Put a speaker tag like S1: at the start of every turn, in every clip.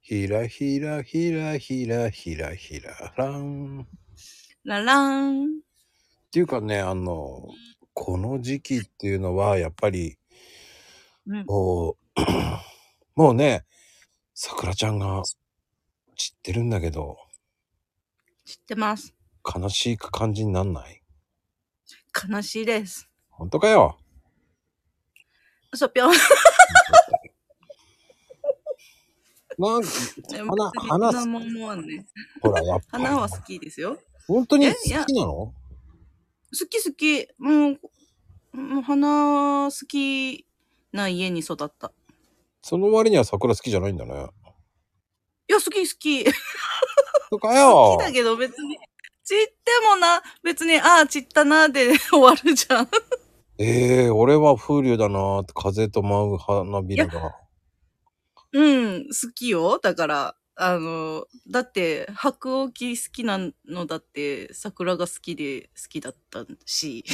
S1: ひらひらひらひらひらひららん。っ
S2: ララーン。
S1: ていうかね、あの、この時期っていうのは、やっぱり、
S2: うん。
S1: もう、 もうね、桜ちゃんが散ってるんだけど、
S2: 知ってます。
S1: 悲しい感じになんない
S2: 悲しいです。
S1: 本当かよ。
S2: 嘘ぴょん。
S1: なんか、花、花
S2: 何
S1: す、
S2: も思わんね。
S1: ほら、やっ ぱり
S2: 花、は好きですよ。
S1: 本当に
S2: え
S1: 好
S2: いや
S1: きなの
S2: 好き好き。もう、もう花好きな家に育った。
S1: その割には桜好きじゃないんだね。
S2: いや、好き好き。
S1: とか
S2: 好
S1: よ
S2: きだけど別に。散ってもな、別に、ああ、散ったなで 終わるじゃん。
S1: ええ俺は風流だなーって風と舞う花びらが。
S2: うん、好きよ。だから、あの、だって、白鸚記好きなのだって、桜が好きで好きだったし。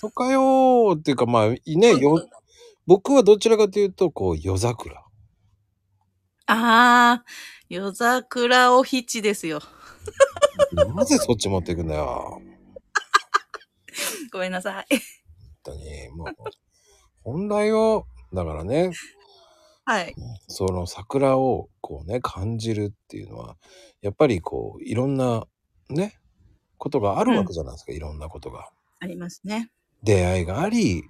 S1: とかよーっていうかまあいねよ僕はどちらかというとこう夜桜。
S2: ああ、夜桜おひちですよ。
S1: なぜそっち持っていくんだよ。
S2: ごめんなさい。
S1: 本当にもう本来をだからね
S2: はい。
S1: その桜をこうね感じるっていうのはやっぱりこういろんなねことがあるわけじゃないですか、いろんなことが。
S2: ありますね。
S1: 出会いがあり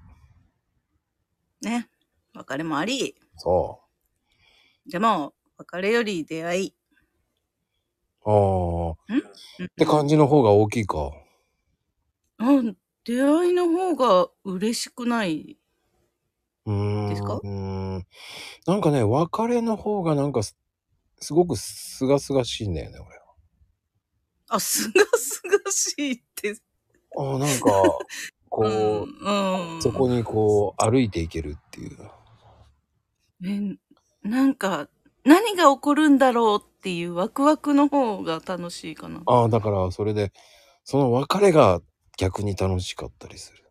S2: ね。別れもあり。
S1: そ
S2: でも、別れより出会い。
S1: うあーっ
S2: うん
S1: て感じの方が大きいか。
S2: うん、出会いの方が嬉しくない。
S1: うーん
S2: ですか
S1: うーんなんかね別れの方がなんかすすごくすがすがしいんだよね俺
S2: あ、すがすがしいって。
S1: はあーなんか こう、
S2: うん、うん。
S1: そこにこう歩いていけるっていう
S2: ね、なんか、何が起こるんだろうっていうワクワクの方が楽しいかな。
S1: ああだからそれでその別れが逆に楽しかったりする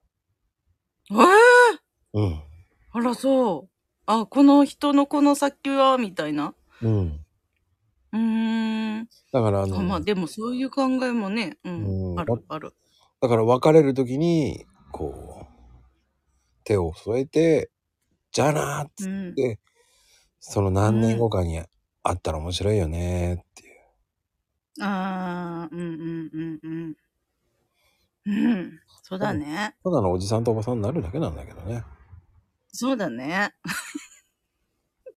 S2: えー、
S1: うん
S2: あら、そう。あ、この人のこの先は、みたいな。
S1: うん
S2: うーん。
S1: だからあ
S2: あまあ
S1: の
S2: でもそういう考えもね、うん、
S1: うん
S2: あるある。
S1: だから別れる時にこう手を添えて「じゃあな」っ
S2: う
S1: つっ
S2: ん。
S1: てその何年後かに会ったら面白いよねっていう
S2: ああ、うんうんうんうん。うん。そうだね。
S1: ただのおじさんとおばさんになるだけなんだけどね
S2: そうだね。